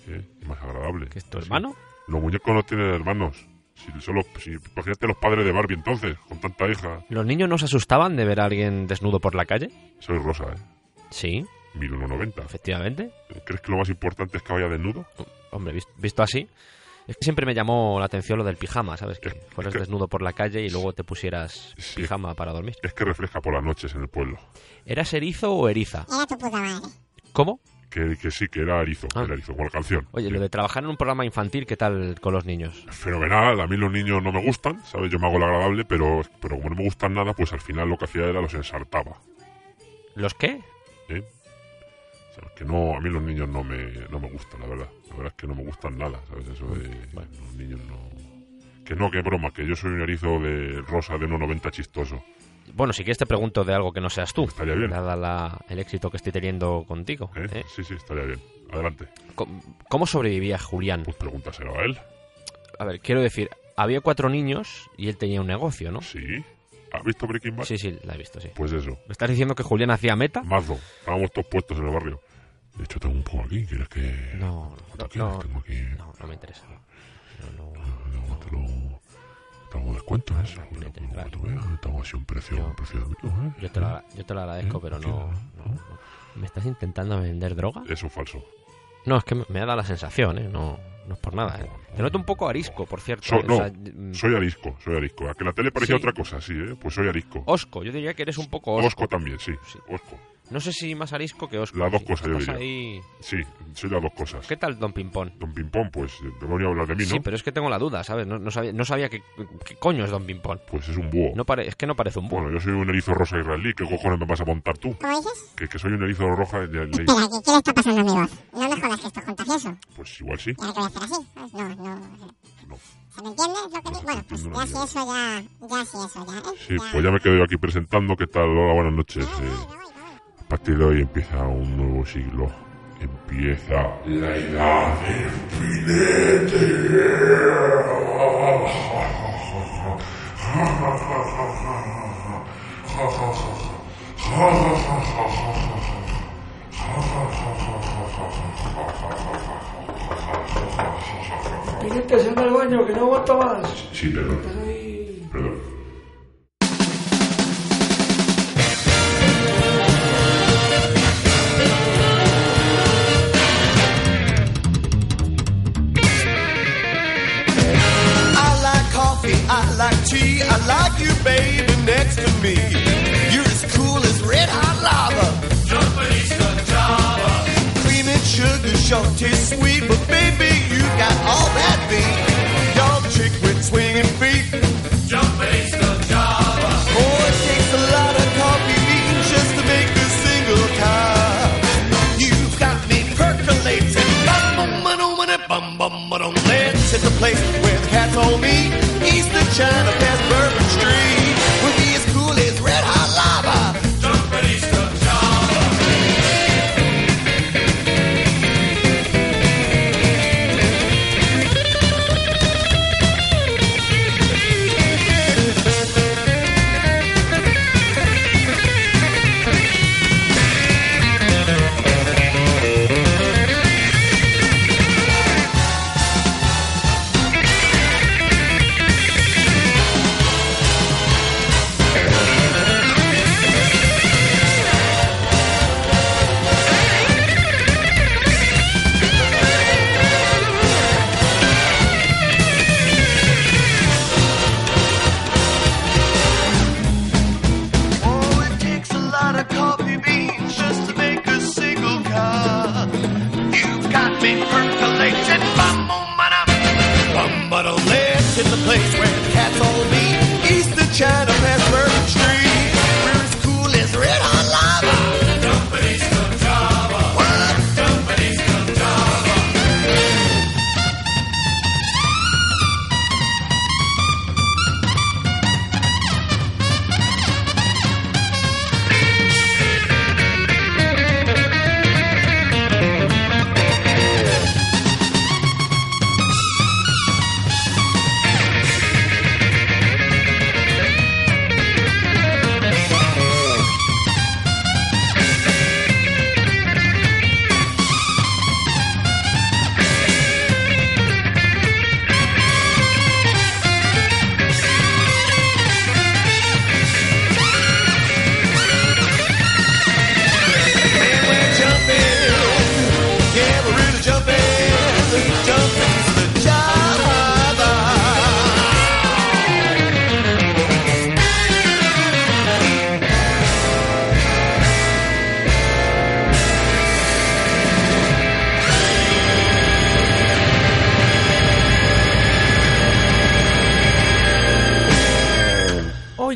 ¿eh? Y Más agradable. ¿Que es tu hermano? Los muñecos no tienen hermanos. Si solo, si- imagínate los padres de Barbie entonces, con tanta hija. ¿Los niños no se asustaban de ver a alguien desnudo por la calle? Soy rosa, ¿eh? Sí. 1190. Efectivamente. Eh, ¿Crees que lo más importante es que vaya desnudo? Hombre, vis- visto así. Es que siempre me llamó la atención lo del pijama, ¿sabes? Que fueras desnudo por la calle y luego te pusieras pijama para dormir. Es que refleja por las noches en el pueblo. ¿Eras erizo o eriza? Era tu puta madre. ¿Cómo? Que, que sí, que era erizo, Ah. era erizo, con la canción. Oye, lo de trabajar en un programa infantil, ¿qué tal con los niños? fenomenal, a mí los niños no me gustan, ¿sabes? Yo me hago el agradable, pero, pero como no me gustan nada, pues al final lo que hacía era los ensartaba. ¿Los qué? ¿eh? O sea, que no, a mí los niños no me, no me gustan, la verdad. La verdad es que no me gustan nada, ¿sabes? Eso de los niños no... Que no, que broma, que yo soy un erizo de rosa de 1,90 chistoso. Bueno, si quieres te pregunto de algo que no seas tú. Estaría bien. Dada la- el éxito que estoy teniendo contigo. ¿eh? Sí, sí, estaría bien. Adelante. ¿Cómo, cómo sobrevivía Julián? Pues pregúntaselo a él. A ver, quiero decir, había cuatro niños y él tenía un negocio, ¿no? Sí. ¿Has visto Breaking Bad? Sí, sí, la he visto, sí. Pues eso. ¿Me estás diciendo que Julián hacía meta? Mazo. Estábamos todos puestos en el barrio. De hecho, tengo un poco aquí, ¿quieres que...? No, no, no, tengo aquí... No, no me interesa. No, te lo... Te hago descuento, ¿eh? Como tú veas, te hago así un precio, un precio de amigo, ¿eh? Yo te lo, agra- yo te lo agradezco, pero no, no, no. ¿Me estás intentando vender droga? Eso es falso. No, es que me me ha dado la sensación, ¿eh? No, no es por nada, ¿eh? Te noto un poco arisco, por cierto. So- ¿eh? O no, sea, mm, soy arisco, soy arisco. A que la tele parecía Sí. otra cosa, sí, ¿eh? Pues soy arisco. Osco, yo diría que eres un poco Osco, osco. también, sí. Osco. No sé si más arisco que osco. Las dos sí. cosas, yo Estás diría. ahí- Sí, soy las dos cosas. ¿Qué tal Don Pimpón? Don Pimpón, pues, eh, me venía a hablar de mí, ¿no? Sí, pero es que tengo la duda, ¿sabes? No, no sabía, no sabía qué, qué coño es Don Pimpón. Pues es un búho. No pare- es que no parece un búho. Bueno, yo soy un erizo rosa israelí. ¿Qué cojones me vas a montar tú? ¿Cómo dices? Que, que soy un erizo roja de- de- de- Espera, ¿qué, qué le está pasando a mi voz? No me jodas que esto es contagioso. ¿Y Pues igual sí. ahora qué voy a hacer así? ¿sabes? No, no. No. ¿Se me entiende lo que digo? Bueno, pues entiendo ya una si eso ya... Ya si eso ya, ¿eh? Sí, pues ya me quedo yo aquí presentando. ¿Qué tal? Hola, buenas noches. eh. A partir de hoy empieza un nuevo siglo. Empieza la edad del Pinete, se anda al baño, que no aguanto más. Sí, perdón. Perdón.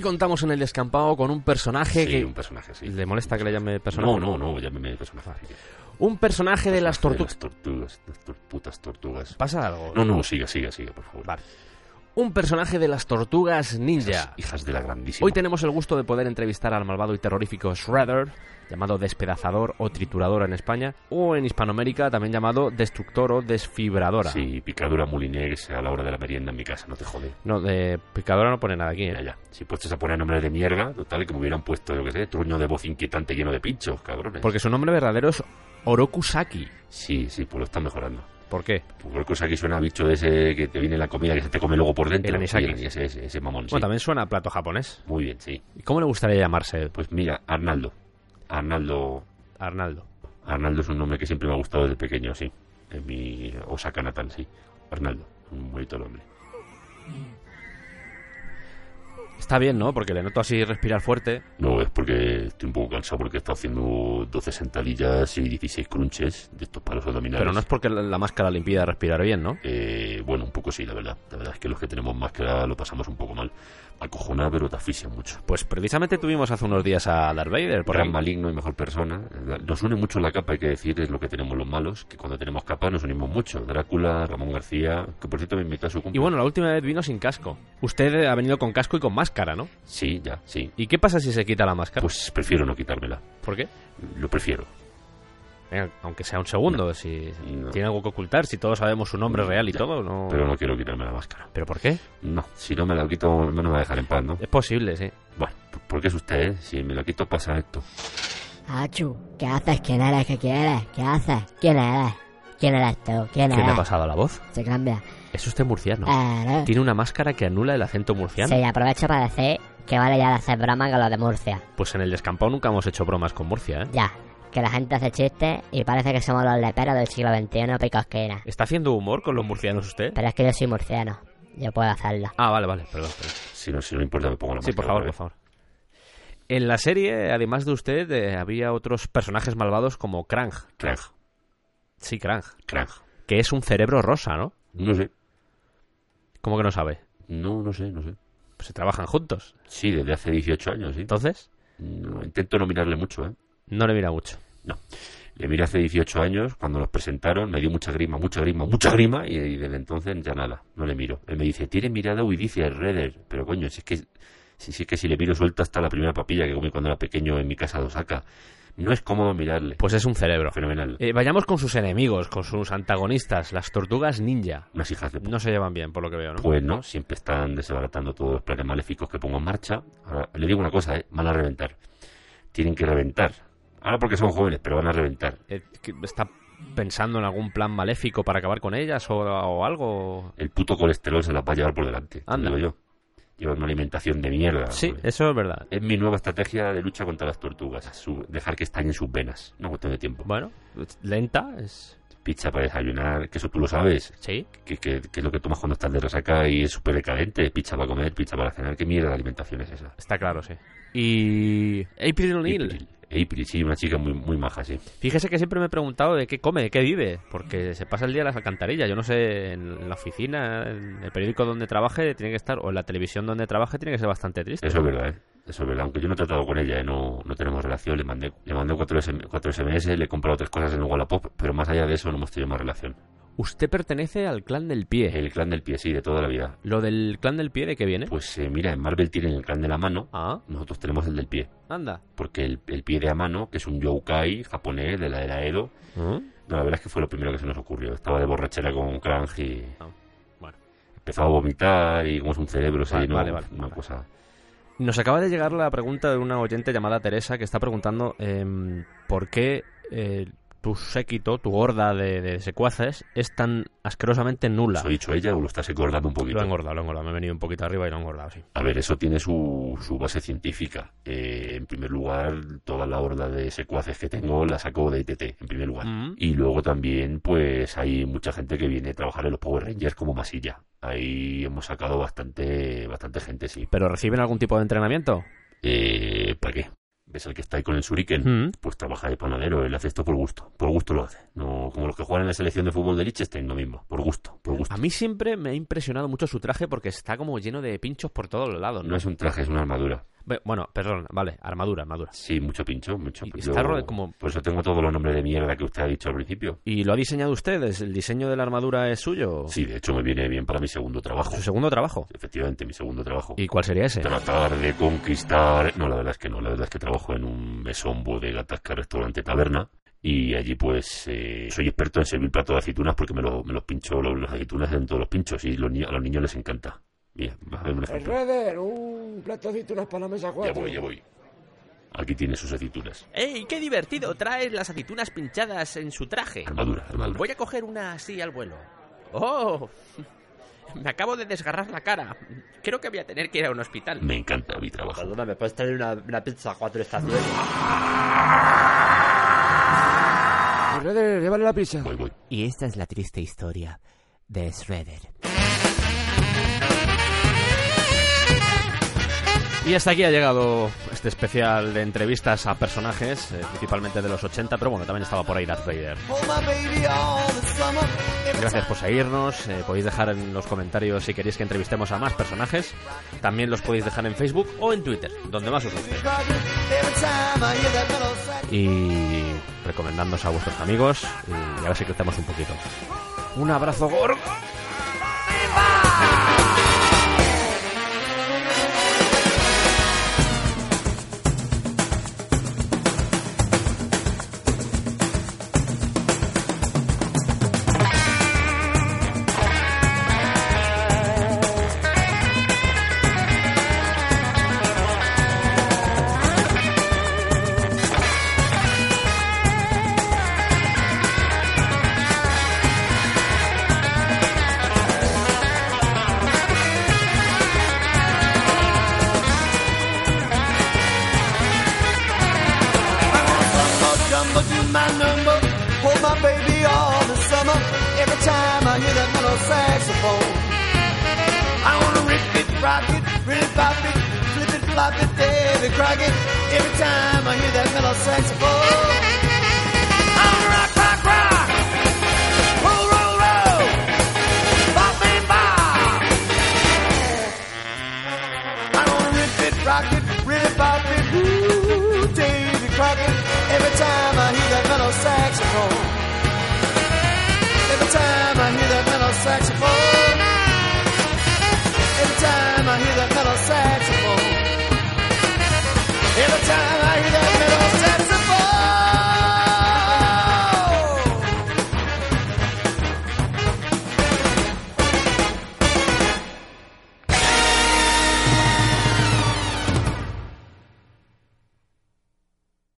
contamos en el descampado con un personaje Sí, que... un personaje, sí. ¿Le molesta que le llame personaje? No, no, no, llámeme personaje. si quieres. Un personaje de las Personaje tortugas. tortugas, las tor- putas tortugas. ¿Pasa algo? No, no, siga, siga, siga, por favor. Vale. Un personaje de las tortugas ninja. Hijas de la grandísima. Hoy tenemos el gusto de poder entrevistar al malvado y terrorífico Shredder, llamado Despedazador o Triturador en España, o en Hispanoamérica también llamado Destructor o Desfibradora. Sí, picadura mulinex a la hora de la merienda en mi casa, no te jode. No, de picadora no pone nada aquí, ¿eh? Ya, ya. Si puestos a poner nombres de mierda, total, que me hubieran puesto, yo qué sé, truño de voz inquietante lleno de pinchos, cabrones. Porque su nombre verdadero es Orokusaki. Sí, sí, pues lo están mejorando. ¿Por qué? Porque el cosa que suena a bicho ese que te viene la comida que se te come luego por dentro. El anisaki. Sí, ese, ese, ese mamón, sí. Bueno, también suena a plato japonés. Muy bien, sí. ¿Y cómo le gustaría llamarse? Pues mira, Arnaldo. Arnaldo. Arnaldo. Arnaldo es un nombre que siempre me ha gustado desde pequeño, sí. En mi Osaka Nathan, sí. Arnaldo. Un bonito nombre. Está bien, ¿no? Porque le noto así respirar fuerte. No, es porque estoy un poco cansado porque he estado haciendo 12 sentadillas y 16 crunches de estos palos abdominales. Pero no es porque la, la máscara le impida respirar bien, ¿no? Eh, bueno, un poco sí, la verdad. La verdad es que los que tenemos máscara lo pasamos un poco mal. Acojona, pero te asfixia mucho. Pues precisamente tuvimos hace unos días a Darth Vader. Por Gran aquí. maligno y mejor persona. Nos une mucho la capa, hay que decir, es lo que tenemos los malos, que cuando tenemos capa nos unimos mucho. Drácula, Ramón García, que por cierto me invitó a su Y cumple. bueno, la última vez vino sin casco. Usted eh, ha venido con casco y con máscara, ¿no? Sí, ya, sí. ¿Y qué pasa si se quita la máscara? Pues prefiero no quitármela. ¿Por qué? Lo prefiero. Venga, aunque sea un segundo, si No. tiene algo que ocultar, si todos sabemos su nombre real y todo, no... Pero no quiero quitarme la máscara. ¿Pero por qué? No, si no me la quito, no me va a dejar en paz, ¿no? Es posible, sí. Bueno, p- porque es usted, ¿eh? Si me la quito pasa esto. Achu, ¿qué haces? ¿Quién eres? ¿Qué quieres? ¿Qué haces? ¿Quién eres? ¿Quién eres tú? ¿Quién ¿Qué eres? le ha pasado a la voz? Se cambia. Es usted murciano. Ah. Eh, Tiene una máscara que anula el acento ¿no? murciano. Sí, aprovecho para decir que vale ya de hacer broma con los de Murcia. Pues en el descampado nunca hemos hecho bromas con Murcia, ¿eh? Ya, que la gente hace chistes y parece que somos los leperos del siglo XXI picosquina. ¿Está haciendo humor con los murcianos usted? Pero es que yo soy murciano. Yo puedo hacerlo. Ah, vale, vale, perdón. perdón. Si no, si no importa, me pongo la Sí, por máscara. favor, otra por vez. favor. En la serie, además de usted, eh, había otros personajes malvados como Krang. Krang. Sí, Krang. Krang. Que es un cerebro rosa, ¿no? No sé. ¿Cómo que no sabe? No, no sé, no sé. Pues se trabajan juntos. Sí, desde hace 18 años, sí. Entonces, No, intento no mirarle mucho, ¿eh? no le mira mucho. No. Le miré hace 18 años, cuando los presentaron, me dio mucha grima, mucha grima, mucha grima, Ah, y, y desde entonces ya nada, no le miro. Él me dice, tiene mirada dice Redder, pero coño, si es que si, si es que si le miro suelta hasta la primera papilla que comí cuando era pequeño en mi casa de Osaka. No es cómodo mirarle. Pues es un cerebro. Fenomenal. Eh, vayamos con sus enemigos, con sus antagonistas, las tortugas ninja. Unas hijas de... pu- No se llevan bien, por lo que veo, ¿no? Pues no, siempre están desbaratando todos los planes maléficos que pongo en marcha. Ahora, le digo una cosa, ¿eh? Van a reventar. Tienen que reventar. Ahora porque son jóvenes, pero van a reventar. Eh, ¿qué- ¿Está pensando en algún plan maléfico para acabar con ellas o, o algo? El puto colesterol se las va a llevar por delante. te Anda. Digo yo. Llevan una alimentación de mierda. Sí, hombre. eso es verdad. Es mi nueva estrategia de lucha contra las tortugas. su- dejar que estallen sus venas. No cuestión de tiempo. Bueno, es lenta, es... Pizza para desayunar, que eso tú lo sabes. Sí. Que, que- que es lo que tomas cuando estás de resaca y es súper decadente. Pizza para comer, pizza para cenar. ¿Qué mierda de alimentación es esa? Está claro, sí. Y... April O'Neil. April, April, sí, una chica muy, muy maja, sí. Fíjese que siempre me he preguntado de qué come, de qué vive, porque se pasa el día en las alcantarillas. Yo no sé, en la oficina, en el periódico donde trabaje, tiene que estar, o en la televisión donde trabaje, tiene que ser bastante triste. Eso es verdad, ¿eh? Eso es verdad. Aunque yo no he tratado con ella, ¿eh? no, no tenemos relación. Le mandé, le mandé cuatro, SM cuatro SMS, le he comprado tres cosas en Wallapop, pero más allá de eso no hemos tenido más relación. Usted pertenece al clan del pie. El clan del pie, sí, de toda la vida. ¿Lo del clan del pie de qué viene? Pues eh, mira, en Marvel tienen el clan de la mano, Ah, nosotros tenemos el del pie. anda. porque el, el pie de Amano, que es un yokai japonés de la era Edo, ¿Mm? no, la verdad es que fue lo primero que se nos ocurrió. Estaba de borrachera con Krang y Ah, bueno. empezó a vomitar y como es un cerebro, sí, Vale, ¿no? vale, vale, una vale. cosa. Nos acaba de llegar la pregunta de una oyente llamada Teresa que está preguntando em, por qué eh, tu séquito, tu horda de, de secuaces, es tan asquerosamente nula. ¿Eso ha dicho ella o lo estás engordando un Lo poquito? he engordado, lo he engordado. Me he venido un poquito arriba y lo he engordado, sí. A ver, eso tiene su, su base científica. Eh, en primer lugar, toda la horda de secuaces que tengo la saco de ITT, en primer lugar. Mm. Y luego también, pues hay mucha gente que viene a trabajar en los Power Rangers como masilla. Ahí hemos sacado bastante, bastante gente, sí. ¿Pero reciben algún tipo de entrenamiento? Eh, ¿Para qué? es el que está ahí con el Mm. shuriken, pues trabaja de panadero, él hace esto por gusto, por gusto lo hace. No, como los que juegan en la selección de fútbol de Liechtenstein, lo mismo, por gusto, por gusto. A mí siempre me ha impresionado mucho su traje porque está como lleno de pinchos por todos los lados. ¿no? No es un traje, es una armadura. Be- Bueno, perdón, vale, armadura, armadura. Sí, mucho pincho, mucho pincho. está ro- como- Por eso Pues tengo todos los nombres de mierda que usted ha dicho al principio. ¿Y lo ha diseñado usted? ¿Es- ¿El diseño de la armadura es suyo? Sí, de hecho me viene bien para mi segundo trabajo. ¿Su segundo trabajo? Efectivamente, mi segundo trabajo. ¿Y cuál sería ese? Tratar de conquistar... No, la verdad es que no, la verdad es que trabajo en un mesón, bodega, tasca, restaurante, taberna. Y allí pues eh, soy experto en servir platos de aceitunas porque me, lo- me los pincho lo- las aceitunas en todos los pinchos y los ni- a los niños les encanta. Mira, vas a ver una El foto. Reder, un plato de aceitunas para la mesa Ya 4. voy, ya voy. Aquí tiene sus aceitunas. ¡Ey, qué divertido! Traes las aceitunas pinchadas en su traje. Armadura, armadura. Voy a coger una así al vuelo. ¡Oh! Me acabo de desgarrar la cara. Creo que voy a tener que ir a un hospital. Me encanta mi trabajo. Perdona, ¿me puedes traer una, una pizza a cuatro estaciones? El Pues, Reder, llévale la pizza. Y esta es la triste historia de Shredder. Y hasta aquí ha llegado este especial de entrevistas a personajes, eh, principalmente de los 80, pero bueno, también estaba por ahí Darth Vader. Hold my baby all the summer. Gracias por seguirnos. eh, podéis dejar en los comentarios si queréis que entrevistemos a más personajes. También los podéis dejar en Facebook o en Twitter, donde más os guste. Every time I hear that mellow sax. Y recomendándonos a vuestros amigos y a ver si crecemos un poquito. Un abrazo gordo. Jumbo, jumbo, do my number. Hold my baby all the summer. Every time I hear that mellow saxophone. I wanna rip it, rock it, really pop it, flip it, flop it, baby, crack it. Every time I hear that mellow saxophone. I wanna rock, rock, rock. Roll, roll, roll. Bop and bop. I wanna rip it, rock it, really pop it, ooh, Davy Crockett. Every time I hear that mellow saxophone. Every time I hear that mellow saxophone.